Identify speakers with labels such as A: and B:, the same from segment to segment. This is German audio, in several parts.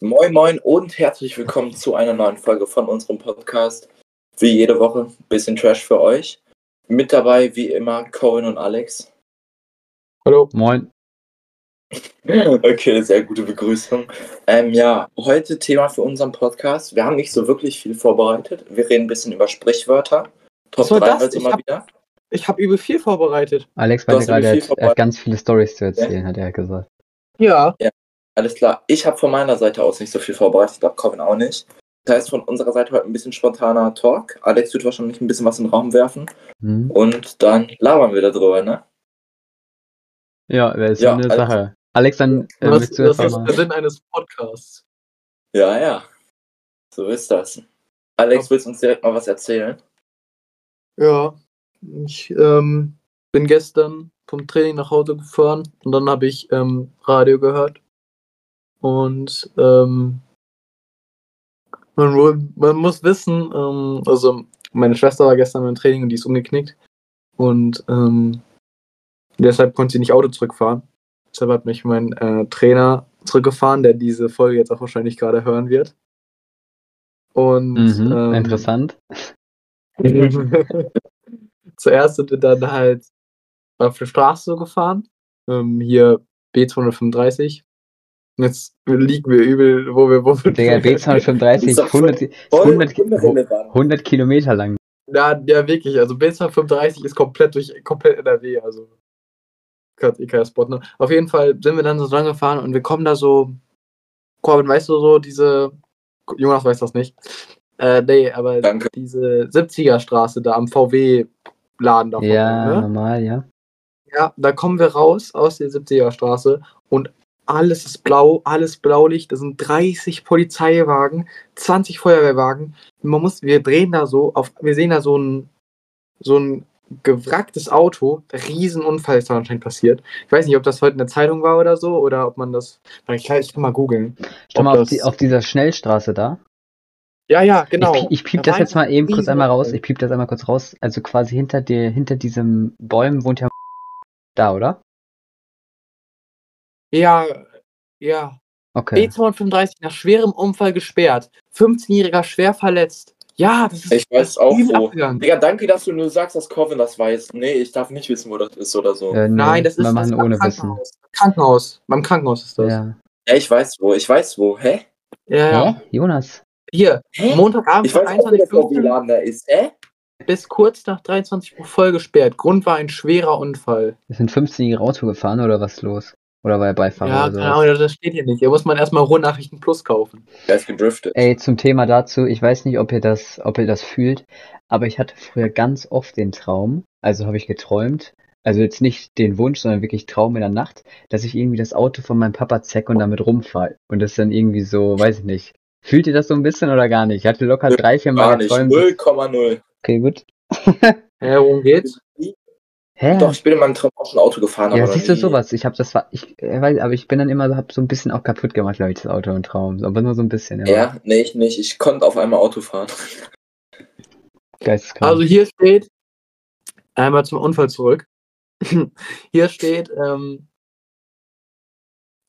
A: Moin, moin und herzlich willkommen zu einer neuen Folge von unserem Podcast. Wie jede Woche, bisschen Trash für euch. Mit dabei, wie immer, Cohen und Alex.
B: Hallo. Moin.
A: Okay, sehr gute Begrüßung. Ähm, ja, heute Thema für unseren Podcast. Wir haben nicht so wirklich viel vorbereitet. Wir reden ein bisschen über Sprichwörter. Top
B: Was war
A: 3
B: das?
A: heute
B: Ich
A: mal
B: hab-
A: wieder.
B: Ich habe übel viel vorbereitet.
C: Alex
A: Du
C: meinte
A: hast nämlich
C: gerade,
A: viel
C: er hat, er
A: verbrannt.
C: hat ganz viele Stories zu erzählen, hat er gesagt.
B: Ja.
A: Alles klar. Ich habe von meiner Seite aus nicht so viel vorbereitet, ich glaube Coven auch nicht. Das heißt, von unserer Seite heute ein bisschen spontaner Talk. Alex wird wahrscheinlich ein bisschen was in den Raum werfen.
C: Hm?
A: Und dann labern wir darüber, ne?
C: Ja, das ist
A: Ja,
C: ja, eine
A: Alex-
C: Sache. Alex, dann äh,
B: Das,
C: willst du
B: das
C: erst
B: ist der
C: mal.
B: Sinn eines Podcasts.
A: Ja, ja. So ist das. Alex, willst du uns direkt mal was erzählen?
B: Ja. Ich ähm, bin gestern vom Training nach Hause gefahren und dann habe ich ähm, Radio gehört. Und ähm, man, wu- man muss wissen, ähm, also meine Schwester war gestern beim Training und die ist umgeknickt. Und ähm, deshalb konnte sie nicht Auto zurückfahren. Deshalb hat mich mein äh, Trainer zurückgefahren, der diese Folge jetzt auch wahrscheinlich gerade hören wird. Und
C: Mhm,
B: ähm,
C: interessant.
B: Zuerst sind wir dann halt auf der Straße gefahren. Ähm, hier B235. Und jetzt liegen wir übel, wo wir wohnen.
C: Digga,
A: Ist
C: B235,
A: doch
C: 100,
A: Voll
C: 100,
A: irrelevant.
C: 100 Kilometer lang.
B: Ja, ja, wirklich. Also B235 ist komplett durch komplett NRW, also Gott, EK-Spot, ne? Auf jeden Fall sind wir dann so lang gefahren und wir kommen da so. Corbin, weißt du so, diese. Jonas weiß das nicht. Äh, nee, aber
A: Danke.
B: diese 70er Straße da am VW-Laden davon.
C: Ja,
B: ne?
C: normal, ja.
B: Ja, da kommen wir raus aus der 70er Straße und alles ist blau, alles blaulicht. Da sind 30 Polizeiwagen, 20 Feuerwehrwagen. Man muss, wir drehen da so auf, wir sehen da so ein, so ein gewracktes Auto. Riesenunfall ist da anscheinend passiert. Ich weiß nicht, ob das heute in der Zeitung war oder so oder ob man das. Ich kann, ich kann mal googeln.
C: Ich schau
B: Ob
C: mal auf,
B: das-
C: die, auf dieser Schnellstraße da.
B: Ja, ja,
C: Ich
B: genau.
C: piep- Ich piep
B: Da
C: das
B: war
C: jetzt mal eben kurz einmal raus.
B: Riesenunfall.
C: Ich piep das einmal kurz raus. Also quasi hinter dir, hinter diesem Bäumen wohnt ja da, oder?
B: Ja, ja.
C: Okay.
B: B235 nach schwerem Unfall gesperrt. 15-Jähriger schwer verletzt. Ja, das ist
A: Ich weiß
B: das ist
A: auch,
B: übel
A: wo.
B: abgegangen.
A: Digga, danke, dass du nur sagst, dass Coven das weiß. Nee, ich darf nicht wissen, wo das ist oder so. Ja,
C: Äh, nee,
B: Nein, das ist
C: wir
B: das
C: machen
B: ist
C: ohne
B: beim
C: Wissen.
B: Krankenhaus. Beim Krankenhaus. Beim Krankenhaus ist das. Ja,
C: Ja.
A: ich weiß wo, ich weiß wo. Hä?
B: ja. ja.
C: Hä? Jonas?
B: Hier,
A: Hä?
B: Montagabend
A: Ich weiß auch, wo der
B: 21.15
A: VW-Laden da ist. Hä?
B: Uhr bis kurz nach 23 Uhr voll gesperrt. Grund war ein schwerer Unfall.
C: Es sind 15-jährige Auto gefahren oder was ist los? Oder war er Beifahrer
B: ja,
C: oder
B: keine
C: sowas?
B: Ahnung, das steht hier nicht. Hier muss man erstmal Ruhrnachrichten Plus kaufen.
A: Der ist gedriftet.
C: Ey, zum Thema dazu, ich weiß nicht, ob ihr das, ob ihr das fühlt, aber ich hatte früher ganz oft den Traum, also habe ich geträumt, also jetzt nicht den Wunsch, sondern wirklich Traum in der Nacht, dass ich irgendwie das Auto von meinem Papa zeck und damit rumfahre. Und das dann irgendwie so, weiß ich nicht. Fühlt ihr das so ein bisschen oder gar nicht? Ich hatte locker
A: Nö,
C: drei, vier Mal
A: Gar nicht.
C: geträumt.
A: 0,0.
C: Okay, gut.
B: Ja, worum geht's?
C: Hä?
A: Doch, ich bin in meinem Traum auch schon Auto gefahren.
C: ja,
A: aber noch
C: siehst du
A: nie.
C: sowas? Ich habe das war, ich äh, weiß, aber ich bin dann immer so, hab so ein bisschen auch kaputt gemacht, glaube ich, das Auto im Traum. Aber nur so ein bisschen, ja.
A: Ja, nee, ich nicht. Ich konnte auf einmal Auto fahren.
C: Geisteskrank.
B: Also hier steht, einmal zum Unfall zurück. Hier steht, ähm,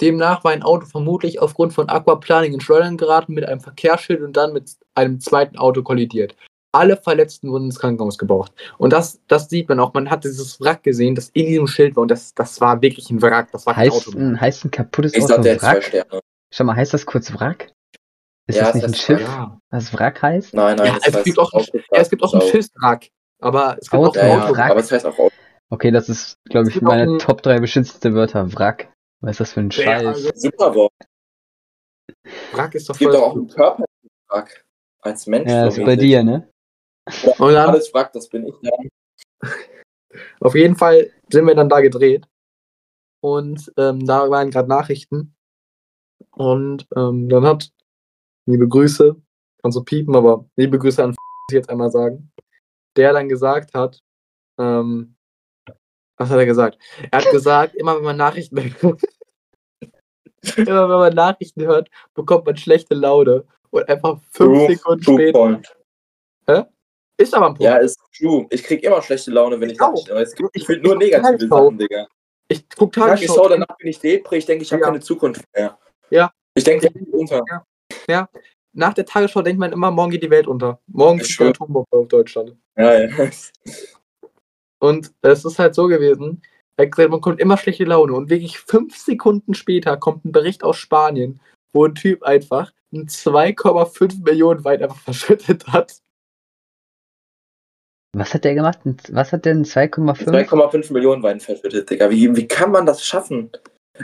B: demnach war ein Auto vermutlich aufgrund von Aquaplaning in Schleudern geraten, mit einem Verkehrsschild und dann mit einem zweiten Auto kollidiert. Alle Verletzten wurden ins Krankenhaus gebracht. Und das, das sieht man auch. Man hat dieses Wrack gesehen, das in diesem Schild war. Und das, das war wirklich ein Wrack. Das war kein
C: heißt,
B: Auto. Mehr.
C: ein, heißt ein kaputtes
A: Ich
C: Auto
A: sag dir jetzt zwei
C: Wrack?
A: Sterne.
C: Schau mal, heißt das kurz Wrack? Ist
A: Ja, es
C: das nicht ein
A: heißt
C: Schiff,
A: Wrack.
B: Ja.
C: was Wrack heißt?
A: Nein, nein.
B: Ja,
A: das
B: es
A: heißt
B: gibt auch ein-
A: Autofahr-
B: ja, es gibt auch ein
A: Sau.
B: Schiffswrack. Aber es gibt auch
C: Auto-
B: ein
A: Ja,
B: Auto.
A: ja, aber es heißt auch Auto.
C: Okay, das ist, glaube ich,
B: gibt auch
C: meine
B: ein-
C: Top 3 beschützte Wörter. Wrack. Was ist das für ein
B: Ja,
C: Scheiß?
B: also,
A: Super Wort.
B: Wrack ist doch
A: Es gibt
B: voll.
A: auch einen Körperwrack. Als Mensch.
C: Ja, das ist bei dir, ne?
B: Und dann
A: Alles Wrack, das bin ich. Ja.
B: Auf jeden Fall sind wir dann da gedreht. Und ähm, da waren gerade Nachrichten. Und ähm, dann hat, liebe Grüße, kann so piepen, aber liebe Grüße an jetzt einmal sagen, der dann gesagt hat, ähm, was hat er gesagt? Er hat gesagt, immer wenn man Nachrichten immer wenn man Nachrichten hört, bekommt man schlechte Laune. Und einfach fünf
A: True,
B: Sekunden
A: true
B: später
A: point.
B: ist aber ein Punkt.
A: Ja, ist true. Ich krieg immer schlechte Laune, wenn ich
B: Ich auch.
A: Nachrichten- aber Es gibt
B: Ich-
A: gefühlt nur
B: ich-
A: negative
B: Tagesschau.
A: Sachen, Digga.
B: Ich gucke
A: Tagesschau,
B: Tagesschau.
A: danach bin ich Depri, ich denke, ich habe
B: Ja.
A: keine Zukunft mehr.
B: Ja,
A: Ich denke, wir gehen unter.
B: Nach der Tagesschau denkt man immer, morgen geht die Welt unter. Morgen
A: Ich
B: fliegt der Atombombe auf Deutschland.
A: Ja, ja.
B: Und es ist halt so gewesen, er hat gesagt, man kommt immer schlechte Laune. Und wirklich fünf Sekunden später kommt ein Bericht aus Spanien, wo ein Typ einfach einen 2,5 Millionen Wein einfach verschüttet hat.
C: Was hat der gemacht? Ein- Was hat denn 2,5?
A: 2,5 Millionen Wein verschüttet, Digga. Wie, wie kann man das schaffen?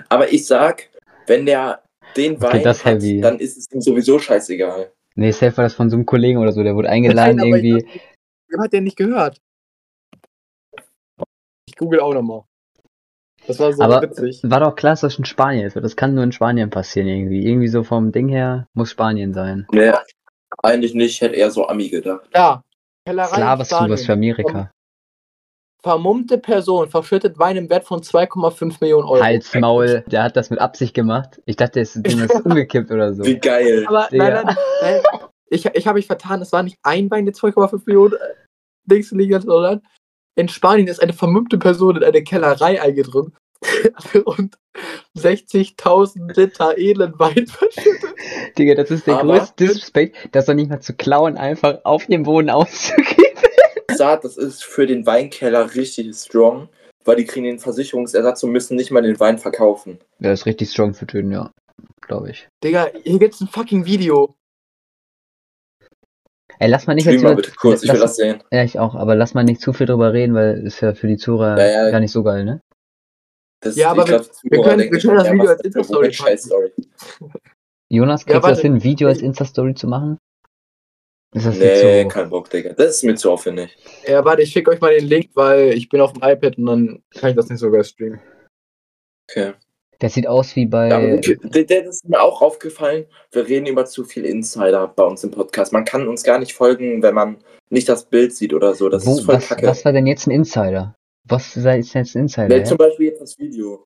A: Aber ich sag, wenn der den Wein
C: das
A: hat,
C: heavy.
A: dann ist es ihm sowieso scheißegal.
C: Nee, safe war das von so einem Kollegen oder so. Der wurde eingeladen
B: Nein, aber ich
C: irgendwie.
B: Wer hat der nicht gehört? Ich google auch nochmal. Das war so
C: Aber-
B: witzig.
C: War doch klar, dass das in Spanien ist. weil Das kann nur in Spanien passieren irgendwie. Irgendwie so vom Ding her muss Spanien sein.
A: Nee, eigentlich nicht, hätte eher so Ami gedacht.
B: Ja, Kellerei in
C: Klar, was du was für
B: Spanien.
C: Amerika.
B: Vermummte Person verschüttet Wein im Wert von 2,5 Millionen
A: Oh,
B: Euro.
C: Hals, Maul. Der hat das mit Absicht gemacht. Ich dachte, das Ding ist umgekippt oder so.
A: Wie geil.
B: Aber
C: Digga.
B: nein, nein, nein. Ich, ich habe mich vertan, es war nicht ein Wein, der 2,5 Millionen äh, Dings liegen hat, sondern in Spanien ist eine vermummte Person in eine Kellerei eingedrungen und 60.000 Liter edlen Wein verschüttet.
C: Digga, das ist der
A: Aber-
C: größte Disrespect, das doch nicht mal zu klauen, einfach auf dem Boden auszugehen.
A: Saat, das ist für den Weinkeller richtig strong, weil die kriegen den Versicherungsersatz und müssen nicht mal den Wein verkaufen.
C: Ja, ist richtig strong für Töten, ja. Glaube ich.
B: Digga, hier gibt's ein fucking Video.
C: Ey, lass mal nicht
A: Stream mal
C: über-
A: bitte kurz, ich will
C: lass,
A: das sehen.
C: Ja, ich auch, aber lass mal nicht zu viel drüber reden, weil ist ja für die Zuhörer
A: Ja, ja.
C: gar nicht so geil, ne?
A: Das,
B: Ja, aber
A: ich glaub, die
B: wir
A: Zuhörer
B: können-
A: denken
B: wir können
A: schon,
B: das
A: ja,
B: Video
A: was
B: als
A: ist das für
B: Insta-Story
A: eine Scheißstory.
C: Jonas, kriegst du das
B: warte.
C: hin, ein Video als Insta-Story zu machen? Ist das nicht
A: Nee,
C: so?
A: kein Bock, Digga. Das ist mir zu aufwendig.
B: Ja, warte, ich schicke euch mal den Link, weil ich bin auf dem iPad und dann kann ich das nicht so geil streamen.
A: Okay.
C: Das sieht aus wie
A: Ja, aber
C: bei.
A: wir- der- der- das ist mir auch aufgefallen, wir reden über zu viel Insider bei uns im Podcast. Man kann uns gar nicht folgen, wenn man nicht das Bild sieht oder so. Das
C: Wo,
A: ist voll
C: was,
A: kacke.
C: was war denn jetzt ein Insider? Was sei- ist jetzt ein Insider?
A: Nee,
C: Ja,
A: Zum Beispiel jetzt das Video.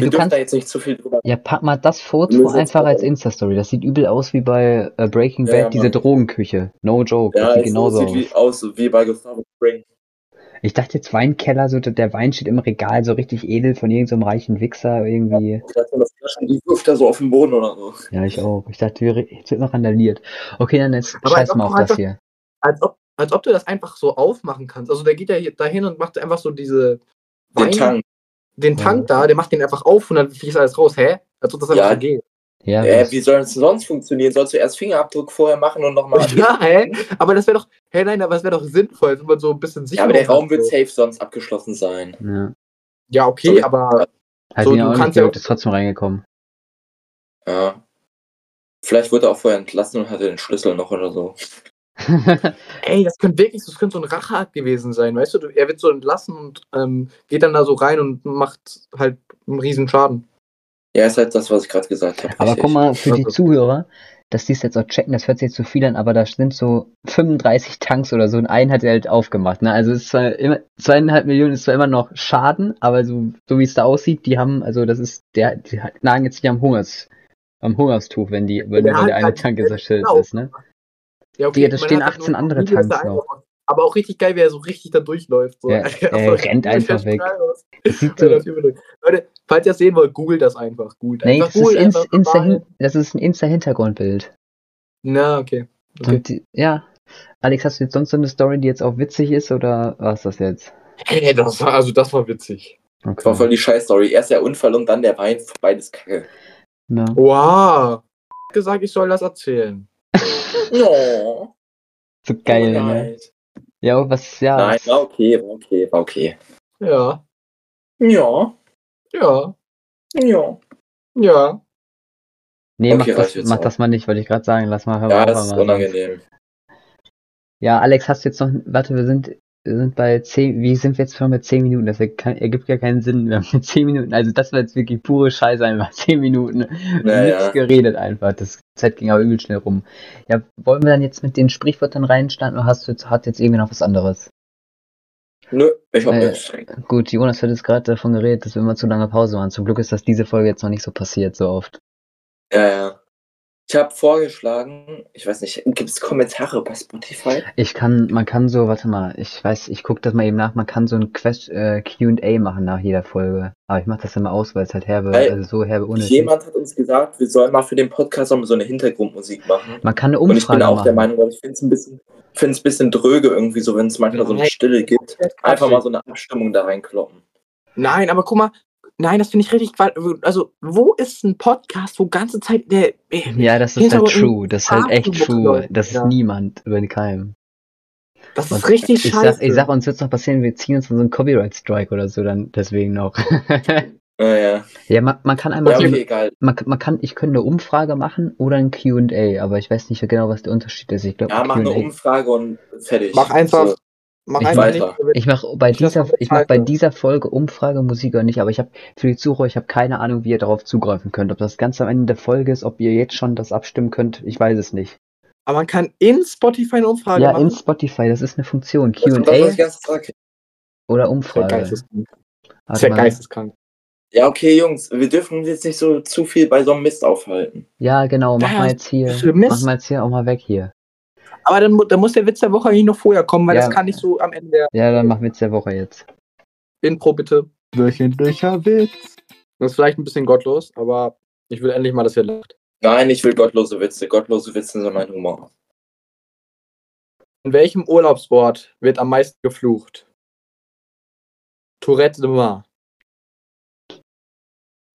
A: wir
C: du
A: dürfen
C: kannst.
A: da jetzt nicht zu viel drüber
C: Ja, pack mal das
A: Wir
C: Foto
A: müssen jetzt
C: einfach als
A: mal-
C: Insta-Story. Das sieht übel aus wie bei äh, Breaking
A: Ja,
C: Bad,
A: ja,
C: diese
A: Mann.
C: Drogenküche. No joke, das
A: Ja,
C: sieht
A: es
C: genauso
A: sieht
C: aus.
A: wie, aus wie bei Gustavo Spring.
C: Ich dachte jetzt Weinkeller, so der Wein steht im Regal, so richtig edel von irgendeinem reichen Wichser irgendwie.
A: Ich dachte, das Flaschen, die wirft er so auf den Boden oder so.
C: Ja, ich auch. Ich dachte, wir, re- jetzt wird noch randaliert. Okay, dann jetzt
B: Aber
C: scheiß mal
B: einfach
C: auf
B: mal
C: das
B: doch-
C: hier.
B: Als ob, als ob du das einfach so aufmachen kannst. Also der geht ja hier dahin und macht einfach so diese
A: Den
B: Wein-
A: Tang.
B: den
C: Ja.
B: Tank da, der macht den einfach auf und dann fließt alles raus. Hä? Als ob das einfach
A: Ja.
B: so geht.
C: Ja,
A: Äh,
C: was-
A: wie soll das denn sonst funktionieren? Sollst du erst Fingerabdruck vorher machen und nochmal.
B: Ja, hä? Aber das wäre doch, hä, nein, aber das wäre doch sinnvoll, wenn man so ein bisschen sicher
A: Ja, aber der
B: ist.
A: Raum wird safe sonst abgeschlossen sein.
C: ja. Also
B: Ja, okay, aber
C: Hat
B: So, du
C: ihn ja auch nicht
B: kannst ja-
C: gejuckt, ist trotzdem reingekommen.
A: Ja. Vielleicht wurde er auch vorher entlassen und hatte den Schlüssel noch oder so.
B: ey, das könnte wirklich, das könnte so ein Racheakt gewesen sein, weißt du? Du- Er wird so entlassen und ähm, geht dann da so rein und macht halt einen riesen Schaden.
A: Ja, ist halt das, was ich gerade gesagt habe.
C: aber guck mal, für die
B: Also-
C: Zuhörer, dass die es jetzt auch checken, das hört sich jetzt zu viel an, aber da sind so 35 Tanks oder so und einen hat er halt aufgemacht. Ne? Also es ist zwar immer, zweieinhalb Millionen ist zwar immer noch Schaden, aber so, so wie es da aussieht, die haben, also das ist, der, die nagen jetzt nicht am Hungers, am Hungerstuch, wenn die, wenn
B: Der
C: der,
B: hat
C: der eine
B: halt-
C: Tank zerstört
B: genau.
C: ist, ne?
B: Ja,
C: Digga, da
B: man
C: stehen
B: hat dann
C: 18
B: nur-
C: andere
B: wie das da
C: Tanks noch.
B: einfach- Aber auch richtig geil, wie er so richtig da durchläuft. So.
C: Ja,
B: Also,
C: er rennt einfach
B: der
C: weg.
B: Strahl aus.
C: Es sieht
B: Ja,
C: so,
B: das übel. Leute, falls ihr das sehen wollt, googelt das einfach. Googelt
C: nee,
B: einfach.
C: das ist,
B: googelt
C: Inst
B: einfach
C: Insta
B: mal.
C: das ist ein Insta-Hintergrundbild.
B: Na, okay. Okay.
C: Und die, ja. Alex, hast du jetzt sonst so eine Story, die jetzt auch witzig ist oder war es das jetzt?
B: Ey, das war, also das war witzig.
A: Das war
C: Okay.
A: voll die Scheißstory. Erst der Unfall und dann der Wein. Beides kacke.
C: Ja.
B: Wow. gesagt, ich soll das erzählen.
A: No.
C: So geil,
B: Oh,
C: ne? Ja, aber was, ja.
A: Nein,
C: was,
A: war okay, war okay, war okay.
B: Ja,
A: Ja,
B: ja,
A: ja.
B: ja.
C: nee, mach,
A: Okay, reicht
C: das,
A: jetzt
C: mach
A: auch.
C: das mal nicht, wollte ich gerade sagen. Lass mal hör
A: Ja,
C: auf,
A: das ist
C: aber-
A: unangenehm.
C: Ja, Alex, hast du jetzt noch, warte, wir sind, wir sind bei 10, wie sind wir jetzt schon bei 10 Minuten? Das erkan- ergibt gar keinen Sinn. Wir haben mit 10 Minuten, also das war jetzt wirklich pure Scheiße einfach. 10 Minuten.
A: Naja.
C: Nichts geredet einfach. Das die Zeit ging aber übel schnell rum. Ja, wollen wir dann jetzt mit den Sprichwörtern reinstarten oder hast du jetzt, hat jetzt irgendwie noch was anderes?
A: Nö, ich hab
C: Äh,
A: nichts.
C: Gut, Jonas hat jetzt gerade davon geredet, dass wir immer zu lange Pause machen. Zum Glück ist das diese Folge jetzt noch nicht so passiert, so oft.
A: Ja, ja. Äh, Ich habe vorgeschlagen, ich weiß nicht, gibt es Kommentare bei Spotify?
C: Ich kann, man kann so, warte mal, ich weiß, ich gucke das mal eben nach, man kann so ein Quest, äh, Q&A machen nach jeder Folge. Aber ich mache das immer aus, weil es halt herbe,
A: Weil
C: also so herbe ohne
A: Jemand hat uns gesagt, wir sollen mal für den Podcast auch mal so eine Hintergrundmusik machen.
C: Man kann eine
A: Und ich bin
C: Umfrage
A: auch der
C: machen.
A: Meinung, aber ich finde es ein bisschen, find's ein bisschen dröge irgendwie, so wenn es manchmal so eine
B: Hey.
A: Stille gibt. Einfach mal so eine Abstimmung da reinkloppen.
B: Nein, aber guck mal, nein, das finde ich richtig. qual- Also, wo ist ein Podcast, wo ganze Zeit der.
C: Ja, das ist halt
B: Hintergrund-
C: true, das ist halt echt
B: Atemmucke
C: true.
B: läuft,
C: Das ist
B: ja.
C: niemand über den Keim.
B: Das
C: Und
B: ist richtig
C: Ich
B: scheiße.
C: sag, ich sag, uns wird's noch passieren, wir ziehen uns in so einen Copyright-Strike oder so dann deswegen noch.
A: Naja.
C: ja, man, man kann einmal
A: Ja,
C: so
A: okay,
C: eine
A: egal.
C: Man, man kann, ich könnte eine Umfrage machen oder ein Q&A, aber ich weiß nicht genau, was der Unterschied ist. Ich glaube,
A: Ja, mach eine
C: Q&A.
A: Umfrage und fertig.
B: mach einfach.
A: So.
B: Mach
C: Ich
B: einfach
A: weiß
B: nicht.
A: auch.
C: Ich mache bei
B: Ich lass
C: dieser,
B: mal bezahlt
C: ich mach bei
B: werden.
C: dieser Folge Umfrage, Musik oder nicht, aber ich habe für die Zuhörer, ich habe keine Ahnung, wie ihr darauf zugreifen könnt. Ob das ganz am Ende der Folge ist, ob ihr jetzt schon das abstimmen könnt, ich weiß es nicht.
B: Aber man kann in Spotify eine Umfrage
C: ja, in
B: machen.
C: Spotify, das ist eine Funktion.
A: Das ist das, was ich
C: Q&A
A: ganz sag.
C: oder
B: Das wäre
C: Umfrage.
B: geisteskrank. Das
C: Warte
B: wäre
C: mal.
B: geisteskrank.
A: Ja, okay, Jungs, wir dürfen jetzt nicht so zu viel bei so einem Mist aufhalten.
C: Ja, genau, mach
B: Ja,
C: mal jetzt hier,
B: das ist Mist.
C: mach mal jetzt hier auch mal weg hier.
B: Aber dann, mu- dann muss der Witz der Woche eigentlich noch vorher kommen, weil
C: Ja.
B: das kann nicht so am Ende der
C: Ja, dann mach Witz der Woche jetzt.
B: Intro bitte.
D: Wöchentlicher Witz.
B: Das ist vielleicht ein bisschen gottlos, aber ich will endlich mal, dass ihr lacht.
A: Nein, ich will gottlose Witze. Gottlose Witze sind mein Humor.
B: In welchem Urlaubsort wird am meisten geflucht? Tourette de Mar.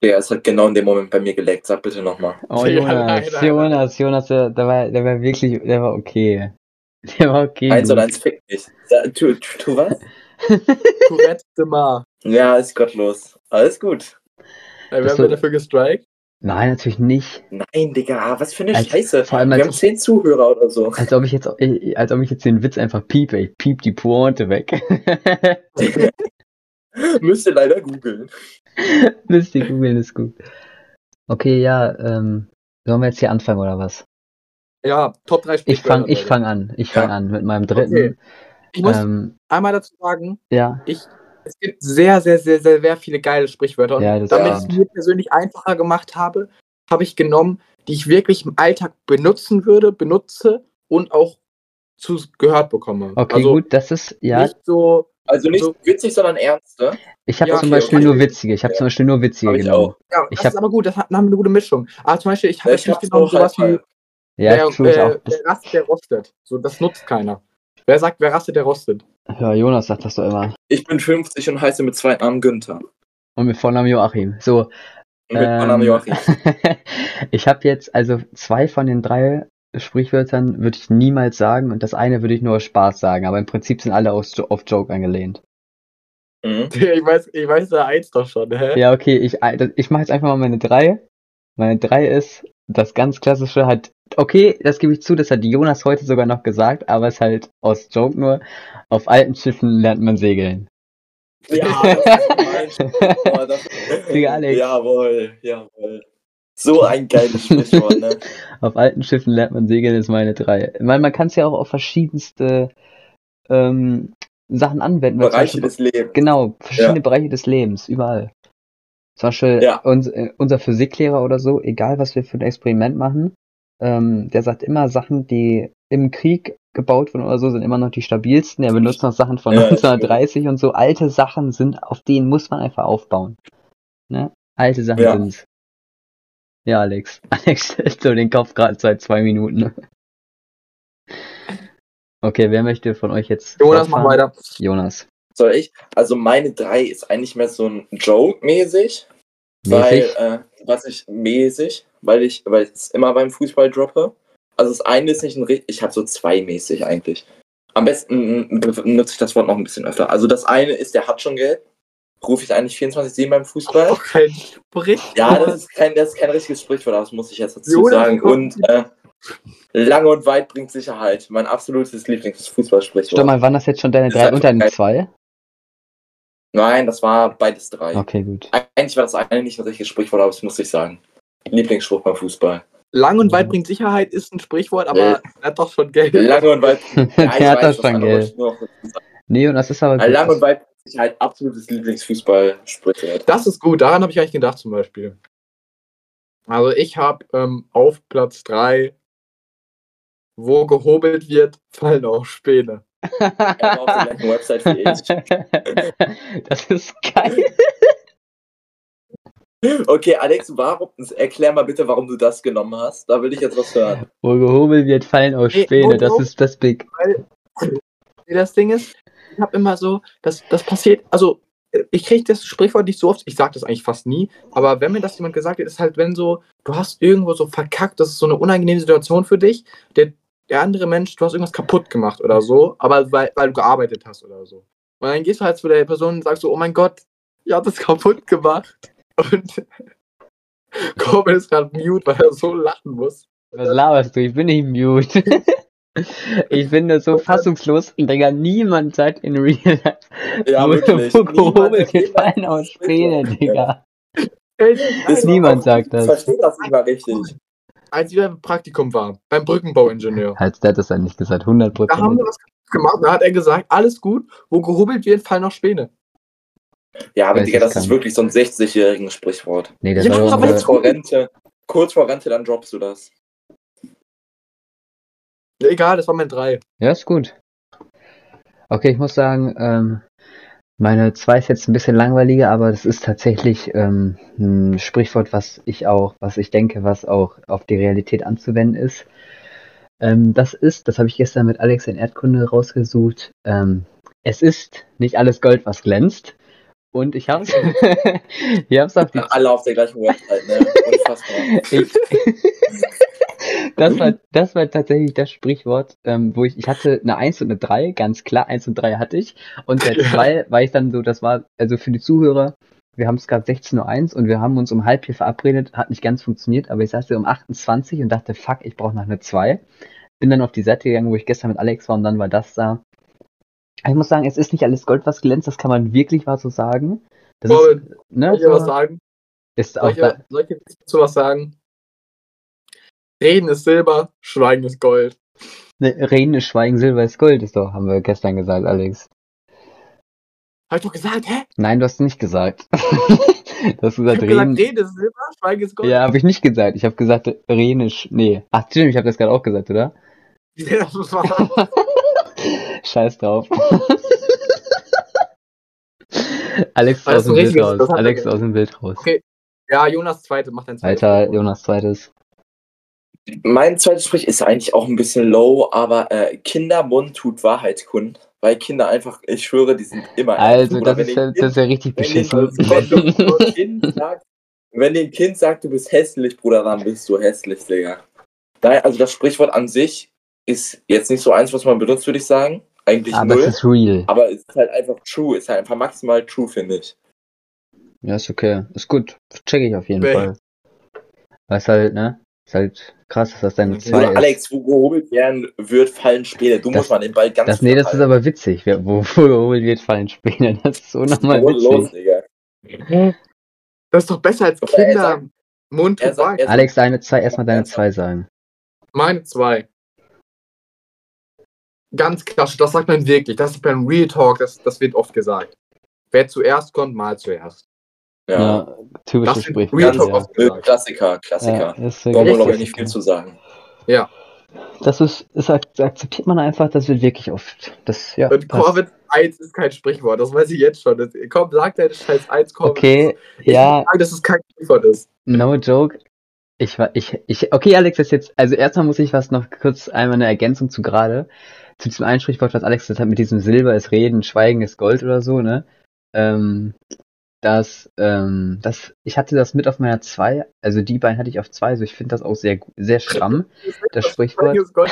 A: Ja, es hat genau in dem Moment bei mir geleckt. Sag bitte nochmal.
C: Oh,
B: Ja,
C: Jonas,
B: leider.
C: Jonas, Jonas, der, der war, der war wirklich, der war okay. Der war okay.
A: Eins
C: gut.
A: und eins fickt nicht. Ja, Tu, tu, tu was?
B: Tourette de Mar.
A: Ja, ist gottlos. Alles gut.
B: Ey,
C: Das
B: Werden wir
C: so-
B: dafür gestrikt?
C: Nein, natürlich nicht.
A: Nein, Digga, was für eine
C: Als-
A: Scheiße.
C: vor allem
A: wir
C: als-
A: haben zehn Zuhörer oder so.
C: Als ob ich jetzt, äh, als ob ich jetzt den Witz einfach piepe. Ich piep die Pointe weg.
A: Müsst ihr leider googeln.
C: Müsst ihr googeln, ist gut. Okay, ja, ähm, sollen wir jetzt hier anfangen oder was?
B: Ja, Top 3
C: Ich
B: Sprichwörter,
C: fang, ich
B: Leute.
C: fang an. Ich fang
A: Ja.
C: an mit meinem dritten.
B: Ich muss
C: ähm,
B: einmal dazu sagen,
C: ja,
B: Ich, es gibt sehr, sehr, sehr, sehr, sehr viele geile Sprichwörter. Und
C: Ja, das
B: damit ich
A: stimmt.
B: es mir persönlich einfacher gemacht habe, habe ich genommen, die ich wirklich im Alltag benutzen würde, benutze und auch zu gehört bekomme.
C: okay,
B: also
C: gut, das ist, ja,
B: nicht so,
A: Also nicht
B: So.
A: witzig, sondern ernst, ne?
C: ich habe
B: ja,
C: zum
A: okay,
C: Beispiel
A: okay.
C: nur witzige, ich habe zum Beispiel nur witzige
A: Hab ich
C: genommen.
A: auch.
B: ja,
C: Ich
B: das
C: hab-
B: ist aber gut, das hat, haben eine gute Mischung. Aber zum Beispiel, ich habe
A: Ja,
B: jetzt
A: ich
B: nicht
A: hab's
B: genommen
A: auch halt
B: sowas
A: halb,
B: wie,
A: halb.
C: Ja,
B: wer,
C: true, ich
B: äh,
C: auch.
B: wer rast, der rostet. So, das nutzt keiner. Wer sagt, wer rastet, der rostet.
C: Ja, Jonas sagt das doch immer.
A: Ich bin 50 und heiße mit zwei Armen Günther. Und
C: Und mit Vornamen Joachim. So,
A: mit
C: Ähm,
A: Vornamen Joachim.
C: ich habe jetzt also zwei von den drei Sprichwörtern würde ich niemals sagen und das eine würde ich nur aus Spaß sagen, aber im Prinzip sind alle aus, auf Joke angelehnt.
A: Mhm.
B: Ich weiß, ich weiß da eins doch schon, hä?
C: Ja, okay, ich, äh, ich mache jetzt einfach mal meine drei. Meine drei ist das ganz klassische hat, okay, das gebe ich zu, das hat Jonas heute sogar noch gesagt, aber es ist halt aus Joke nur, auf alten Schiffen lernt man segeln.
A: Ja, das ist mein Boah, das-
C: Digga, Alex.
A: Jawohl, jawohl. So ein geiles Sprichwort, ne?
C: Auf alten Schiffen lernt man segeln, ist meine drei. Ich meine, man kann es ja auch auf verschiedenste ähm, Sachen anwenden. weil zum
A: Bereiche
C: Beispiel-
A: des Lebens.
C: Genau, verschiedene Bereiche des Lebens, überall. Zum Beispiel
A: Ja.
C: uns, äh, unser Physiklehrer oder so, egal was wir für ein Experiment machen, ähm, der sagt immer, Sachen, die im Krieg gebaut wurden oder so, sind immer noch die stabilsten. Er benutzt noch Sachen von
A: Ja, das stimmt.
C: 1930 und so. Alte Sachen sind, auf denen muss man einfach aufbauen. Ne? Alte Sachen
A: Ja.
C: sind's. Ja, Alex. Alex stellt so den Kopf gerade seit zwei Minuten. Okay, wer möchte von euch jetzt?
B: Jonas, mach
C: fortfahren?
B: weiter.
C: Jonas.
A: Soll ich? Also meine drei ist eigentlich mehr so ein Joke-mäßig. Weil,
C: Mäßig.
A: äh, was ich mäßig, weil ich, weil ich es immer beim Fußball droppe. Also das eine ist nicht ein richtig, ich habe so zwei mäßig eigentlich. Am besten mm, b- nutze ich das Wort noch ein bisschen öfter. Also das eine ist, der hat schon Geld. Rufe ich eigentlich 24-7 beim Fußball.
B: Auch kein Sprichwort.
A: Ja, das ist kein, das ist kein richtiges Sprichwort, aber das muss ich jetzt dazu
B: Jonas,
A: sagen.
B: komm.
A: Und äh, lange und weit bringt Sicherheit. Mein absolutes
C: Stopp
A: Lieblingsfußballsprichwort.
C: mal, waren das jetzt schon deine
A: Ist
C: drei
A: halt
C: und
A: schon
C: deine
A: geil.
C: zwei?
A: Nein, das war beides drei.
C: Okay, gut.
A: Eig- Eigentlich war das eine nicht ein richtiges Sprichwort, aber das muss ich sagen. Lieblingsspruch beim Fußball.
B: Lang und
C: Ja.
B: weit bringt Sicherheit ist ein Sprichwort, aber er hat doch schon Geld.
A: Lange und weit.
C: Der
A: ich weiß,
C: hat
A: was
C: das schon,
A: andere
C: gell.
A: Spruch-
C: Nee, und das ist aber gut.
A: Lange und weit bringt Sicherheit. Absolutes Lieblingsfußballsprichwort.
B: Das ist gut, daran habe ich gar nicht gedacht zum Beispiel. Also ich habe ähm, auf Platz 3, wo gehobelt wird, fallen auch Späne.
A: Er war auf der gleichen Website wie ich.
C: das ist geil.
A: Okay, Alex, warum, erklär mal bitte, warum du das genommen hast. Da will ich jetzt was hören.
C: Wo gehobelt wird, fallen auch
B: Ey,
C: Späne.
B: wo-
C: Das
B: wo-
C: ist das Big.
B: Nee, Das Ding ist, ich habe immer so, das, das passiert, also äh, ich kriege das Sprichwort nicht so oft, ich sage das eigentlich fast nie, aber wenn mir das jemand gesagt hat, ist halt, wenn so, du hast irgendwo so verkackt, das ist so eine unangenehme Situation für dich, der, der andere Mensch, du hast irgendwas kaputt gemacht oder so, aber weil, weil du gearbeitet hast oder so. Und dann gehst du halt zu der Person und sagst so, oh mein Gott, ich habe das kaputt gemacht. Und Corbin ist gerade mute, weil er so lachen muss.
C: Was laberst du? Ich bin nicht mute. Ich bin nur so fassungslos. Digga, niemand sagt in Real Life.
A: Ja,
C: wo-
A: wirklich.
C: Wo
A: Niemand
C: gehobelt wird,
A: erklärt das.
C: fallen auch Späne, Digga.
B: Ey,
A: Das-
C: Niemand sagt
A: Ich
C: das.
A: verstehe das nicht mal richtig.
B: als wir im Praktikum waren, beim Brückenbauingenieur.
C: Als der hat das eigentlich gesagt,
B: Da haben
C: 100%.
B: wir was gemacht, da hat er gesagt, alles gut, wo gehobelt wird, fallen noch Späne.
A: Ja, aber
C: Weiß
A: Digga,
C: ich
A: das
C: gar
A: ist
C: nicht.
A: wirklich so ein 60-jährigen Sprichwort.
C: Nee, das
B: Ja,
C: war
B: aber
C: aber
A: Kurz
B: jetzt-
A: vor Rente. Kurz vor Rente, dann droppst du das.
B: Ja, egal, das war mein 3.
C: Ja, ist gut. Okay, ich muss sagen, ähm, meine zwei ist jetzt ein bisschen langweiliger, aber das ist tatsächlich ähm, ein Sprichwort, was ich auch, was ich denke, was auch auf die Realität anzuwenden ist. Ähm, das ist, das habe ich gestern mit Alex in Erdkunde rausgesucht. Ähm, es ist nicht alles Gold, was glänzt. Und ich habe es, ich habe es auf die
A: Dann alle auf der gleichen Website, ne? Unfassbar.
C: ich, das, war, das war tatsächlich das Sprichwort, ähm, wo ich, ich hatte eine 1 und eine 3, ganz klar, 1 und 3 hatte ich. Und der
B: Ja.
C: 2 war ich dann so, das war, also für die Zuhörer, wir haben es gerade 16.01 Uhr und wir haben uns um halb hier verabredet, hat nicht ganz funktioniert, aber ich saß hier um 28 und dachte, fuck, ich brauche noch eine 2. Bin dann auf die Seite gegangen, wo ich gestern mit Alex war und dann war das da. Ich muss sagen, es ist nicht alles Gold, was glänzt, das kann man wirklich mal so sagen. Das ist,
B: Robin,
C: ne,
B: Soll ich dir was
C: so,
B: sagen?
C: ist
B: Soll
C: auch
B: ich,
C: da,
B: dir- soll ich dir dazu was sagen? Reden ist Silber, Schweigen ist Gold.
C: Ne, Reden ist Schweigen, Silber ist Gold, ist doch, haben wir gestern gesagt, Alex.
B: Hab ich doch gesagt, hä?
C: Nein, du hast nicht gesagt. du hast
B: Ich hab
C: gesagt, Reden.
B: gesagt, Reden ist Silber, Schweigen ist Gold.
C: ja, habe ich nicht gesagt. Ich habe gesagt, Reden ist. Sch- Nee. Ach, stimmt, ich habe das gerade auch gesagt, oder?
B: Ja, das war-
C: Scheiß drauf. Alex ist
B: War das
C: aus dem
B: ein
C: Bild
B: richtiges-
C: raus.
B: das hat er
C: Alex ist
B: gesagt.
C: aus dem Bild raus.
B: Okay. ja, Jonas zweite macht ein zweites.
C: Alter, Jonas zweites.
A: Mein zweites Sprich ist eigentlich auch ein bisschen low, aber äh, Kindermund tut Wahrheit kund. Weil Kinder einfach, ich schwöre, die sind immer ehrlich.
C: Also,
A: Bruder,
C: das ist, ja,
A: wenn
C: das ist ja richtig
A: wenn den-
C: beschissen.
B: um-
A: wenn den Kind sagt- Wenn dem Kind sagt, du bist hässlich, Bruder, dann bist du hässlich, Digga. Daher, also das Sprichwort an sich ist jetzt nicht so eins, was man benutzt, würde ich sagen. Eigentlich
C: Aber
A: null.
C: es ist real.
A: aber es ist halt einfach true. Ist halt einfach maximal true, finde ich.
C: Ja, ist okay. Ist gut. Check ich auf jeden
B: Bäh.
C: Fall. Aber ist halt, ne? Ist halt krass, dass das deine zwei
A: Oder
C: ist.
A: Alex, wo gehobelt werden wird, fallen Späne. Du
C: Das-
A: musst mal den Ball ganz
C: Das, nee, das ist
A: verteilen.
C: aber witzig. Wer, wo, wo geholt wird, fallen Späne. Das ist so nochmal
A: Wo los, Hm?
C: witzig.
A: Digga.
B: Das ist doch besser als
A: Okay, er
B: Kinder.
A: sagt-
B: Mund
A: Er
B: und
A: sagt,
B: Wagen.
A: er sagt,
C: Alex, deine zwei, erstmal deine zwei sagen.
B: Meine zwei. Ganz klassisch, das sagt man wirklich. Das ist beim Real Talk, das, das wird oft gesagt. Wer zuerst kommt, mal zuerst.
A: ja.
C: Ja, typisches
B: Das wird
C: Sprichwort.
B: Real
A: Ganz
B: Talk
C: Ja.
B: oft
A: Äh,
B: gesagt.
A: Klassiker,
C: Ja,
A: Klassiker.
C: das ist
A: Brauchen wir
C: wirklich
A: glaube ich nicht viel
C: Klassiker.
A: zu sagen.
C: Das ist, ist, ak- akzeptiert man einfach, das wird wirklich oft. Das, ja,
B: Und
C: passt.
B: Corvid 1 ist kein Sprichwort, das weiß ich jetzt schon. Das, komm, sag deine scheiß 1 Corvid.
C: Okay,
B: Ich
C: ja,
B: will sagen, dass es kein Sprichwort ist.
C: No joke. Ich war, ich, ich, okay, Alex, das ist jetzt, also erstmal muss ich was noch kurz einmal eine Ergänzung zu gerade, zu diesem einen Sprichwort, was Alex gesagt hat, mit diesem Silber ist Reden, Schweigen ist Gold oder so, ne? Ähm, das, ähm, das, ich hatte das mit auf meiner zwei, also die beiden hatte ich auf zwei, so ich finde das auch sehr, gu- sehr stramm, das Sprichwort.
B: Schweigen ist Gold.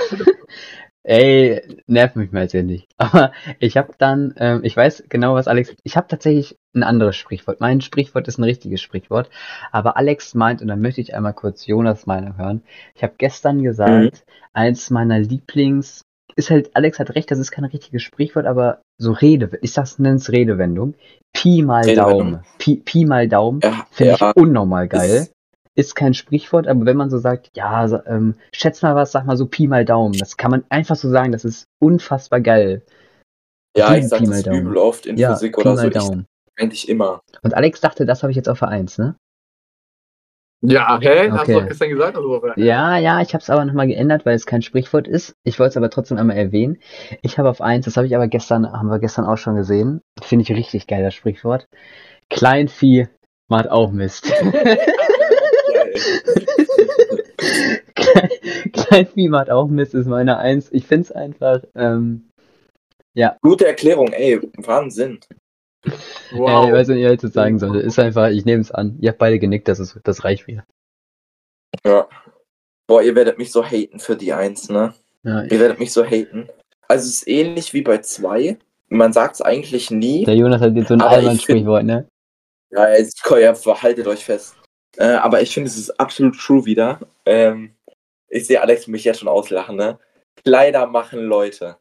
C: Ey, nerv mich mal jetzt ja nicht. Aber ich habe dann, ähm, ich weiß genau, was Alex. Ich habe tatsächlich ein anderes Sprichwort. Mein Sprichwort ist ein richtiges Sprichwort. Aber Alex meint, und da möchte ich einmal kurz Jonas Meinung hören. Ich habe gestern gesagt, eins meiner Lieblings. Ist halt, Alex hat recht, das ist kein richtiges Sprichwort, aber so Rede, ich sag's, nenn's Redewendung. Pi mal
A: Redewendung.
C: Daumen. Pi, Pi mal Daumen.
A: Ja,
C: Finde
A: ja,
C: ich unnormal geil.
A: Ist-
C: Ist, kein Sprichwort, aber wenn man so sagt, ja, sa- ähm, schätz mal was, sag mal so Pi mal Daumen, das kann man einfach so sagen, das ist unfassbar geil.
A: ja ich
C: Pi
A: sag
C: mal
A: das
C: Daumen.
A: übel oft in
C: ja,
A: Physik
C: Pi
A: oder
C: mal
A: so. Ich
C: Daumen.
A: eigentlich immer.
C: Und Alex dachte, das habe ich jetzt auf Vereins, ne?
B: Ja, hä? Hast du
C: Okay.
B: doch gestern gesagt, dass du darüber redest.
C: Ja, ja, ich habe es aber nochmal geändert, weil es kein Sprichwort ist. Ich wollte es aber trotzdem einmal erwähnen. Ich habe auf eins, das habe ich aber gestern, haben wir gestern auch schon gesehen. Finde ich richtig geil, das Sprichwort. Kleinvieh macht auch Mist. Klein- Kleinvieh macht auch Mist ist meine Eins. Ich finde es einfach, ähm,
A: Gute Erklärung, ey, Wahnsinn.
C: ja, also- ich weiß nicht, was ich dazu sagen sollte. Ist einfach, ich nehme es an. Ihr habt beide genickt, das, ist, das reicht mir.
A: Ja. Boah, ihr werdet mich so haten für die Eins, ne?
C: Ja,
A: Ihr werdet mich so haten. Also es ist ähnlich wie bei zwei. Man sagt es eigentlich nie.
C: der Jonas hat jetzt so ein
A: Aber ich
C: albernes
A: find-
C: Sprichwort, ne?
A: Ja, jetzt, ja, haltet euch fest. Äh, aber ich finde, es ist absolut true wieder. Ähm, ich sehe Alex mich jetzt schon auslachen, ne? Kleider machen Leute.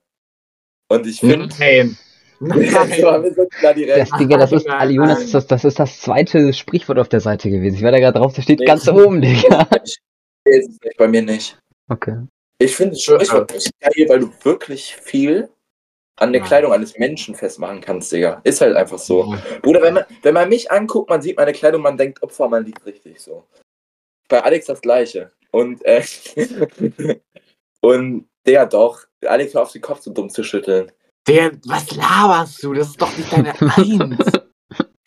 A: Und ich
B: Mhm.
A: finde,
B: Nein.
A: das war mir so klar direkt.
C: Das, Digga, das ist,
B: Nein.
C: Ali Jonas, ist das, das ist das zweite Sprichwort auf der Seite gewesen. Ich war da gerade drauf, das steht
A: Nee.
C: ganz oben, Digga.
A: Nee, das ist nicht, bei mir nicht.
C: Okay.
A: Ich finde es schon echt geil, weil du wirklich viel an der
B: Ja.
A: Kleidung eines Menschen festmachen kannst, Digga. Ist halt einfach so. Bruder, wenn man, wenn man mich anguckt, man sieht meine Kleidung, man denkt, Opfer, man liegt richtig so. Bei Alex das gleiche. Und, äh, und der doch, Alex hör auf den Kopf so dumm zu schütteln.
B: Der, was laberst du? Das ist doch nicht deine Eins.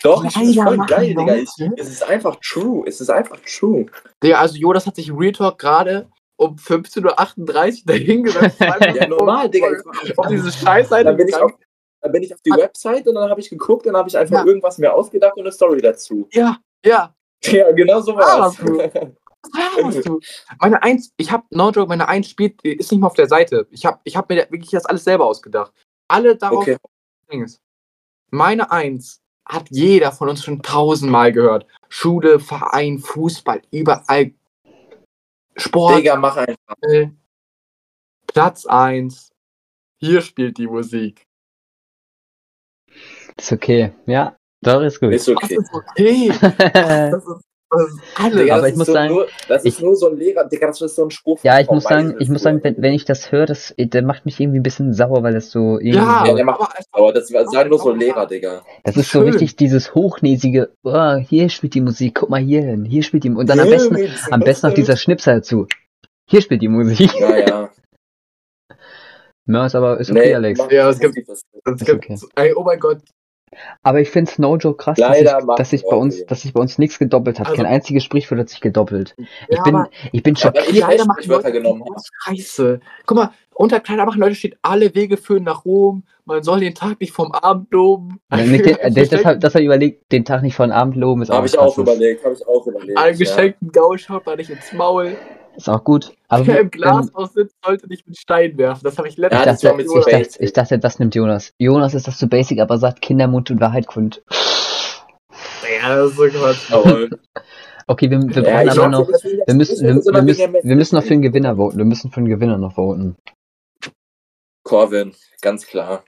A: Doch, ich find's
B: Leider
A: voll
B: machen
A: geil, Digga. Ich,
B: Leute.
A: es ist einfach true. Es ist einfach true.
B: Digga, also Jonas hat sich Real Talk gerade um 15.38 Uhr dahingesetzt.
A: Ja, normal, Digga. Ich war- ich
B: Auf
A: war-
B: diese Scheißseite
A: Dann bin, ich auf,
B: gegangen.
A: dann bin ich auf die Website und dann habe ich geguckt und dann habe ich einfach
B: Ah. Ja.
A: irgendwas mir ausgedacht und eine Story dazu.
B: Ja, ja.
A: Ja, genau so war's.
B: Ah, Was laberst du? Meine Eins, ich hab, no joke, meine Eins spielt, ist nicht mal auf der Seite. Ich hab, ich hab mir da wirklich das alles selber ausgedacht. Alle darauf
A: okay.
B: Dings. Meine Eins hat jeder von uns schon tausendmal gehört. Schule, Verein, Fußball, überall. Sport,
A: Digga, mach einfach.
B: äh, Platz 1. Hier spielt die Musik.
C: Ist okay. Ja, doch, ist gut.
A: Ist okay.
B: Das ist okay. Das ist, das ist alles.
A: Digga,
C: Aber
A: das
C: ich
A: ist
C: muss
A: so
C: sagen,
A: nur, das ist
C: ich-
A: nur so ein Lehrer, Digga, das ist so ein Spruch.
C: ja, ich
A: vom
C: muss sagen,
A: Weises,
C: ich muss
A: Bruder.
C: sagen, wenn, wenn ich das höre, das, der macht mich irgendwie ein bisschen sauer, weil das so irgendwie
B: ja,
A: Ja,
C: so,
A: der macht-
B: aber einfach-
A: Aber das war- sagen nur so Lehrer, Digga.
C: das ist so
B: schön.
C: richtig dieses hochnäsige, oh, hier spielt die Musik, guck mal hier hin, hier spielt die Musik. Und dann am besten, am besten noch dieser Schnipsel dazu. Hier spielt die Musik.
A: Ja, ja.
C: Ja, ist aber ist okay,
A: Nee,
C: Alex.
A: mach-
B: Ja, es gibt-
A: das-
B: Das
C: Ist
B: gibt,
C: okay.
B: ey, oh mein Gott.
C: Aber ich find's no joke krass, dass
A: Leider
C: ich,
A: machen
C: dass ich bei
A: Leute.
C: uns, dass sich bei uns nichts gedoppelt hat.
B: Also-
C: Kein einziges Sprichwort hat sich gedoppelt. ich
B: Ja,
C: bin,
B: aber-
C: ich bin
A: Aber
C: schockiert.
A: ich
B: Kleider
A: echt
B: machen
A: Sprichwörter
B: Leute,
A: genommen
B: die Scheiße. Guck mal, unter Kleider machen Leute steht, alle Wege führen nach Rom. Man soll den Tag nicht vom Abend loben.
C: Mit den, äh, das das hab- das hab ich überlegt, den Tag nicht von Abend loben ist auch
A: Habe
C: was
A: ich auch
C: krasses.
A: überlegt, habe ich auch überlegt. ja.
B: Einen geschenkten Gaul schaut man nicht ins Maul.
C: Ist auch gut. Aber
B: Wer im
C: ähm,
B: Glas aussitzt, sollte nicht mit Stein werfen. Das habe ich
C: ich,
A: Ja,
B: letztes
A: das war
C: dachte,
A: mir zu
C: ich,
A: basic.
C: dachte, ich dachte, das nimmt Jonas. Jonas ist das zu basic, aber sagt Kindermund und Wahrheit kund.
B: Ja, das ist so Quatsch.
A: Jawohl.
C: Okay, wir, wir
A: Ja,
C: brauchen
A: ich
C: aber
A: hoffe,
C: noch.
A: dass wir-
C: Wir müssen, wir, wir,
A: sondern
C: müssen,
A: wegen der
C: wir müssen noch für den Gewinner voten. Wir müssen für den Gewinner noch voten.
A: Corvin, ganz klar.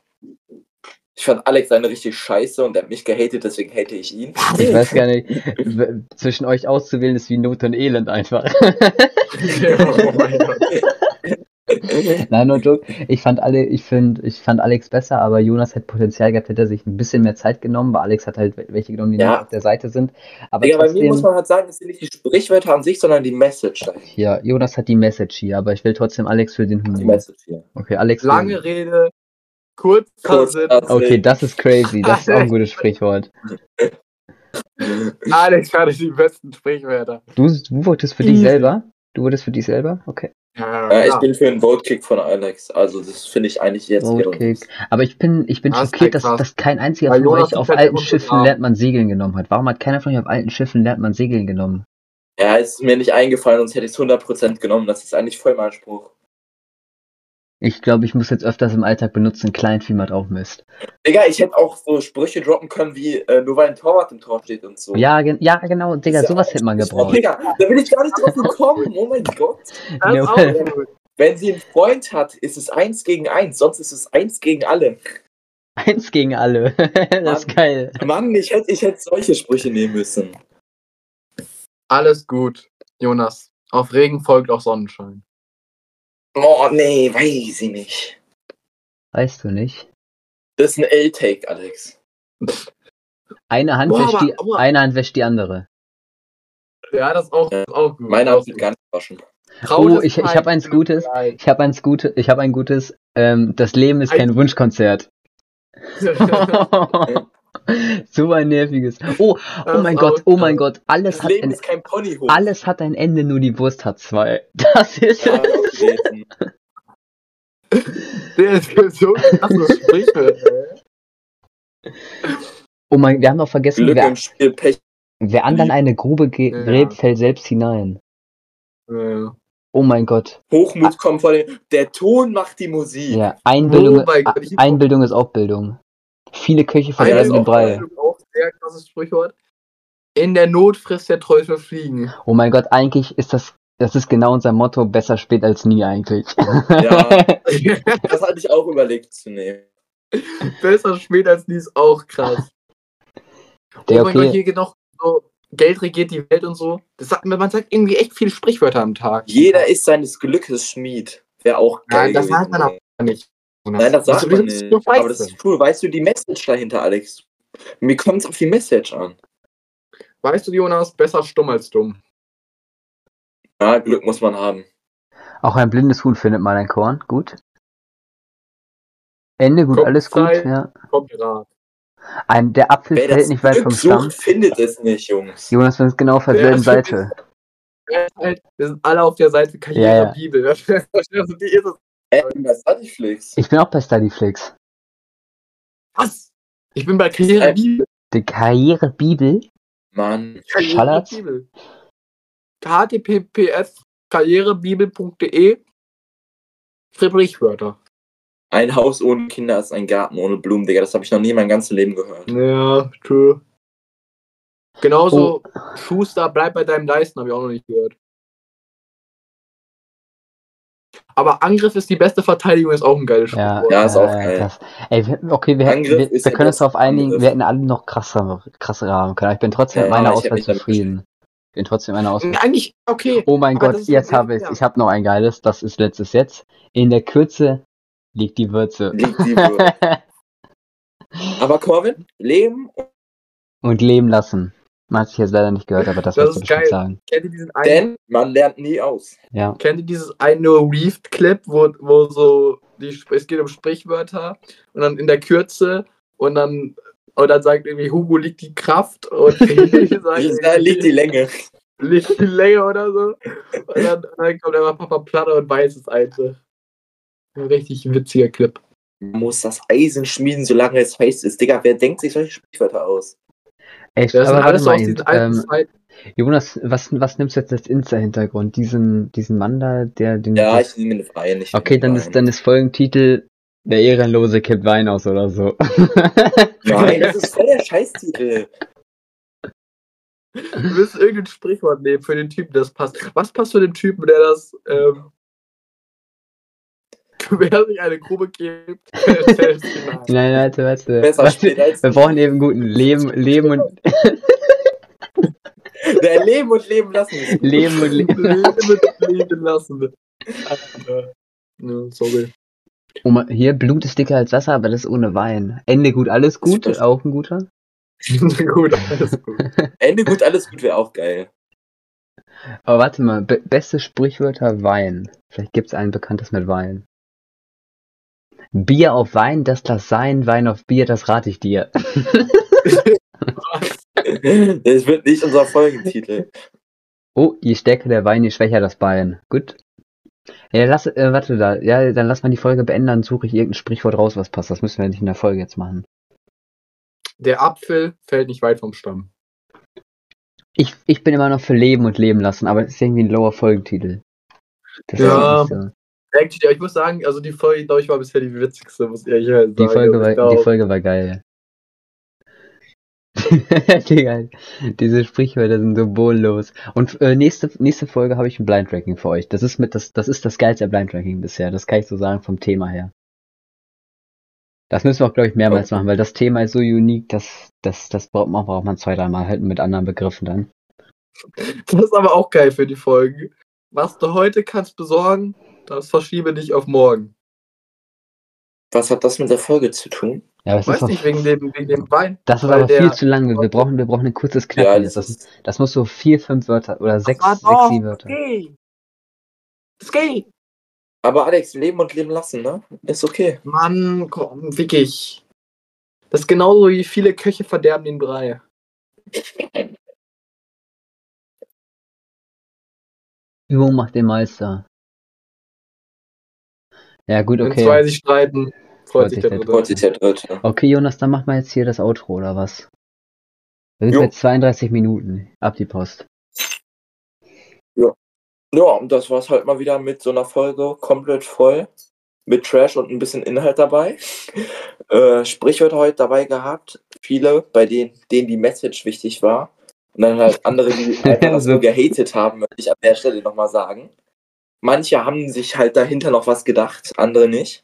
A: Ich fand Alex seine richtig scheiße und er hat mich gehatet, deswegen hate ich ihn.
C: Ich weiß gar nicht, w- zwischen euch auszuwählen ist wie Not und Elend einfach.
B: oh mein Gott.
C: Nein, no joke. Ich fand alle, ich finde, ich fand Alex besser, aber Jonas hätte Potenzial gehabt, hätte er sich ein bisschen mehr Zeit genommen, weil Alex hat halt welche genommen, die
A: Ja.
C: nicht auf der Seite sind. Aber
A: Digga, bei
C: trotzdem,
A: mir muss man halt sagen, es sind nicht die Sprichwörter an sich, sondern die Message dahinter.
C: hier, Jonas hat die Message hier, aber ich will trotzdem Alex für den
A: Die
C: Humor.
A: Message hier.
C: Okay, Alex.
B: Lange Rede, kurzer
A: Kurz, also,
B: Sinn.
A: das-
C: Okay, das ist crazy. Das ist auch ein gutes Sprichwort.
B: Alex hatte die besten Sprichwörter.
C: Du, du wolltest für dich
B: Easy.
C: selber? Du wurdest für dich selber? Okay.
B: Ja,
A: Äh, ich
B: klar.
A: bin für einen Vote-Kick von Alex. Also das finde ich eigentlich jetzt
C: Okay. Aber ich bin, ich bin
B: Das ist
C: schockiert,
B: halt
C: dass,
B: krass.
C: dass kein einziger
B: Weil
C: von
B: Jonas
C: euch
B: die
C: auf
A: halt
B: Zeit
C: alten
B: genutzt
C: Schiffen
B: hat.
C: lernt man segeln genommen hat. Warum hat keiner von euch auf alten Schiffen lernt man segeln genommen?
A: Ja, ist mir nicht eingefallen, sonst hätte ich es 100% genommen. Das ist eigentlich voll mein Spruch.
C: Ich glaube, ich muss jetzt öfters im Alltag benutzen, Kleinvieh macht auch Mist.
A: Digga, ich hätte auch so Sprüche droppen können wie äh, nur weil ein Torwart im Tor steht und so.
C: Ja, gen ja, genau, Digga,
A: Ist ja
C: sowas
A: auch-
C: hätte man
A: Ich- oh,
C: gebraucht.
A: Digga, da bin ich gar nicht drauf gekommen. Oh mein Gott.
B: Das
C: Ja,
B: ist auch
C: okay.
B: gut.
A: Wenn sie einen Freund hat, ist es eins gegen eins, sonst ist es eins gegen alle.
C: Eins gegen alle. das ist geil.
A: Mann, ich hätte ich hätte solche Sprüche nehmen müssen.
B: Alles gut, Jonas. Auf Regen folgt auch Sonnenschein.
A: Oh, nee, weiß ich nicht.
C: Weißt du nicht?
A: Das ist ein L-Take, Alex.
C: Eine Hand,
B: Boah,
C: wäscht
B: aber-
C: die,
B: aber-
C: eine Hand wäscht die andere.
B: Ja, das ist auch, das ist auch gut.
A: Meine Augen sind gar nicht überraschend.
B: Trautes
C: Oh, ich- ich
B: Leid,
C: hab eins Gutes.
B: Leid.
C: Ich habe eins gutes, ich habe ein gutes, ähm, das Leben ist kein Wunschkonzert.
A: genau.
C: so ein nerviges. Oh, oh mein Gott, oh mein Gott, alles
A: Das
C: hat
A: Leben
C: ein,
A: ist kein Ponyhof.
C: alles hat ein Ende, nur die Wurst hat zwei. Das ist
A: Ja, gelesen.
B: Der ist so krasse Sprichwörter.
C: Oh mein, wir haben noch vergessen,
A: Glück
C: wer,
A: im Spiel, Pech.
C: wer anderen eine Grube ge-
B: Ja.
C: gräbt, fällt selbst hinein.
B: ey. Ja.
C: Oh mein Gott.
A: Hochmut kommt vor dem. Der Ton macht die Musik.
C: Ah. Ja, Einbildung,
B: Oh mein Gott, ich-
C: Einbildung ist auch Bildung. Viele
A: Ah,
C: Köche
A: ja,
C: verderben
A: ist
C: den
A: auch-
C: Brei.
B: Auch sehr krasses Sprichwort. In der Not frisst der Teufel Fliegen.
C: Oh mein Gott, eigentlich ist das, das ist genau unser Motto, besser spät als nie eigentlich.
A: Ja. Oh Das hatte ich auch überlegt zu nehmen.
B: Besser spät als nie ist auch krass.
C: Der
B: oh mein Gott,
C: okay,
B: hier geht noch so, Geld regiert die Welt und so. Das sagt, man man sagt irgendwie echt viele Sprichwörter am Tag.
A: Jeder ist seines Glückes Schmied. Wäre auch geil.
B: Nein, das
A: gewesen.
B: sagt man auch nicht.
A: Nein, das sagt
B: du,
A: man
B: du-
A: nicht.
B: Du weißt
A: Aber das
B: es.
A: ist cool. Weißt du die Message dahinter, Alex? Mir kommt es auf die Message an.
B: Weißt du, Jonas, besser stumm als dumm.
A: Ja, Glück muss man haben.
C: auch ein blindes Huhn findet mal ein Korn. Gut. Ende gut,
B: Kopf
C: alles gut,
B: frei.
C: ja.
B: Komm gerade.
C: Ein, der Apfel
A: Wer
C: fällt
A: das
C: nicht weit
A: Glück
C: vom Stamm.
A: sucht, findet es nicht, Jungs.
C: Jonas, wir sind genau auf
B: Ja,
C: derselben
B: das ist-
C: Seite.
B: Halt, Wir sind alle auf der Seite Karriere
C: Ja, ja.
B: Bibel. Das ist die ist es.
A: Äh, das hatte ich, Flix.
C: Ich bin auch bei Studyflix.
B: Was? Ich bin bei Karriere
C: Äh,
A: Ein-
B: Bibel.
C: Die Karrierebibel.
A: Mann.
B: Karriere
C: Schallert's?
B: Bibel. https karrierebibel.de Sprichwörter.
A: Ein Haus ohne Kinder ist ein Garten ohne Blumen, Digga. Das habe ich noch nie in meinem ganzen Leben gehört.
B: Ja, true. Genauso
C: Oh.
B: Schuster, bleib bei deinem Leisten, habe ich auch noch nicht gehört. Aber Angriff ist die beste Verteidigung, ist auch ein geiles Spiel.
C: Ja,
A: Ja, ist auch
C: äh,
A: geil.
C: krass. Ey, wir, okay, wir, hätten,
A: Angriff
C: wir,
A: ist
C: wir
A: ja
C: können uns
A: das
C: darauf einigen,
A: Angriff.
C: wir hätten alle noch krassere, krassere haben können. Aber ich bin trotzdem
A: Ja,
C: mit meiner
A: ich hätte
C: Auswahl
A: mich damit
C: zufrieden. Ich bin trotzdem mit meiner Auswahl.
B: Eigentlich, okay.
C: Oh mein
B: Aber das
C: Gott,
B: ist
C: jetzt
B: doch
C: habe ich
B: fair.
C: Ich habe noch ein geiles. Das ist letztes jetzt. In der Kürze liegt die Würze.
A: Liegt die Würde. Aber Corvin, Leben und
C: Und leben lassen. Man hat sich jetzt leider nicht gehört, aber das,
B: Das
C: wirst
B: ist
C: du bestimmt
B: geil.
C: sagen.
B: Kennt ihr diesen einen
A: denn man lernt nie aus.
C: Ja.
B: Kennt ihr dieses eine Reefed-Clip, wo, wo so, die, Sp- es geht um Sprichwörter und dann in der Kürze und dann, und dann sagt irgendwie, Hugo liegt die Kraft und Helene sagt,
A: Da liegt die Länge.
B: liegt die Länge oder so. Und dann, und dann kommt einfach Papa Platter und weiß es einfach. Ein richtig witziger Clip.
A: Man muss das Eisen schmieden, solange es heiß ist. Digga, wer denkt sich solche Sprichwörter aus?
C: Echt,
B: Das sind
C: aber warte
B: alles so
C: mal.
B: aus
C: eben,
B: diesen alten
C: Ähm,
B: Zeiten.
C: Jonas, was, was nimmst du jetzt als Insta-Hintergrund? Diesen, diesen Mann da, der den.
A: Ja, ich nehme den Freien nicht.
C: Mhm. Okay, dann ist, dann ist Folgentitel Der Ehrenlose kippt Wein aus oder so.
A: Nein, das ist voll der Scheißtitel.
B: Wir müssen irgendein Sprichwort nehmen für den Typen, das passt. Was passt zu dem Typen, der das, ähm, wer sich eine Grube gibt, selbst hinein.
C: Nein, warte, warte.
A: Besser
C: Warte,
A: spät als
C: wir brauchen eben guten Leben, Leben und
A: Der Leben und Leben lassen. ist-
C: Leben und Leben.
B: Leben, leben lassen. Äh, Ja, sorry.
C: Oh, ma- hier, Blut ist dicker als Wasser, aber das ist ohne Wein. Ende gut, alles gut,
A: Das-
C: auch ein guter.
B: gut, alles gut.
A: Ende gut, alles gut wäre auch geil.
C: Aber warte mal, be beste Sprichwörter Wein. Vielleicht gibt's ein bekanntes mit Wein. Bier auf Wein, das lass sein, Wein auf Bier, das rate ich dir.
A: Das wird nicht unser Folgentitel.
C: Oh, je stärker der Wein, je schwächer das Bein. Gut. Ja, lass, äh, warte da. Ja, dann lass mal die Folge beenden, dann suche ich irgendein Sprichwort raus, was passt. Das müssen wir nicht in der Folge jetzt machen.
B: Der Apfel fällt nicht weit vom Stamm.
C: Ich, ich bin immer noch für Leben und Leben lassen, aber es ist irgendwie ein lower Folgentitel. Das ist
B: Ja.
C: nicht so.
B: Actually, aber ich muss sagen, also die Folge, glaube ich, war bisher die witzigste, muss ich ehrlich sagen.
C: Die Folge,
B: Also ich
C: war, die
B: glaub,
C: Folge war geil. Digga, diese Sprichwörter sind so bodenlos. Und äh, nächste, nächste Folge habe ich ein Blind Ranking für euch. Das ist mit das, das ist das geilste Blind Ranking bisher. Das kann ich so sagen vom Thema her. Das müssen wir auch, glaube ich, mehrmals
A: Okay.
C: machen, weil das Thema ist so unique, dass das, das braucht man, braucht man zwei, dreimal halt mit anderen Begriffen dann.
B: das ist aber auch geil für die Folgen. Was du heute kannst besorgen, das verschiebe dich auf morgen.
A: Was hat das mit der Folge zu tun?
C: Ja, aber es ist
B: Weiß
C: doch,
B: nicht, wegen dem, wegen dem Wein.
C: das ist
B: weil
C: aber viel
B: der-
C: zu lang. Wir, wir brauchen, wir brauchen ein kurzes
A: Ja,
C: Knacken.
A: das
C: das,
A: ist.
C: das muss so vier, fünf Wörter oder sechs,
B: Mann,
C: sechs,
B: oh,
C: sieben Wörter.
B: Okay. Das geht.
A: Aber Alex, leben und leben lassen, ne? Ist okay.
B: Mann, komm, wirklich. Das ist genauso wie viele Köche verderben den Brei.
C: Übung macht den Meister. Ja, gut,
B: Wenn zwei
C: okay.
B: sich streiten,
C: Freut
B: freut sich
C: sich
B: der
C: der
A: Freut
B: Dritte.
A: sich der Dritte.
C: Okay, Jonas, dann machen wir jetzt hier das Outro, oder was? Wir sind
A: Jo.
C: bei 32 Minuten. Ab die Post.
A: Ja, und das war's halt mal wieder mit so einer Folge komplett voll. Mit Trash und ein bisschen Inhalt dabei. äh, Sprichwörter heute dabei gehabt. Viele, bei denen, denen die Message wichtig war. Und dann halt andere, die einfach das
C: Also-
A: nur gehatet haben, möchte ich an der Stelle nochmal sagen. Manche haben sich halt dahinter noch was gedacht, andere nicht.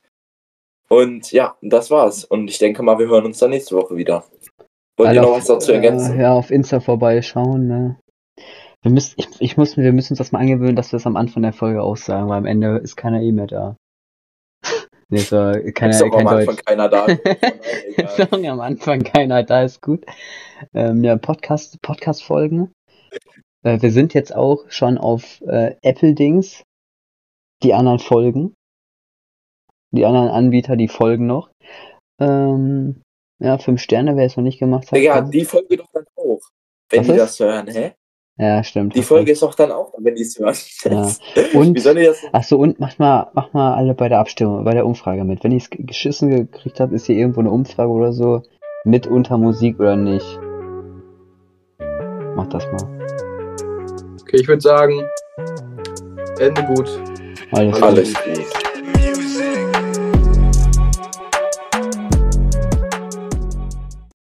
A: Und ja, das war's. Und ich denke mal, wir hören uns dann nächste Woche wieder. Wollt ihr
C: Alle
A: noch
C: auf-
A: was dazu ergänzen?
C: Äh, ja, auf Insta vorbeischauen, ne? Wir müssen, ich, ich muss, wir müssen uns das mal angewöhnen, dass wir das am Anfang der Folge aussagen, weil am Ende ist keiner eh mehr da. nee, so,
A: Ist
C: keiner,
A: doch
C: kein
A: am
C: Deutsch.
A: Anfang keiner da. Egal.
C: Song am Anfang, keiner da, ist gut. Ähm, ja, Podcast, Podcast-Folgen. Äh, wir sind jetzt auch schon auf äh, Apple-Dings. Die anderen folgen. Die anderen Anbieter, die folgen noch. Ähm, ja, fünf Sterne, wer es noch nicht gemacht hat.
A: Digga,
C: kann-
A: die Folge doch dann auch. Wenn
C: Was
A: die
C: ist?
A: das hören, hä?
C: ja, stimmt.
A: Die
C: hast
A: Folge ist doch dann auch, wenn die es hören.
C: Ja.
A: Wie sollen
C: Und,
A: die das?
C: achso, und macht mal, macht mal alle bei der Abstimmung, bei der Umfrage mit. Wenn ich es geschissen gekriegt habe, ist hier irgendwo eine Umfrage oder so. Mit unter Musik oder nicht. Macht das mal.
B: Okay, ich würde sagen, Ende gut.
C: Alles,
A: Alles gut.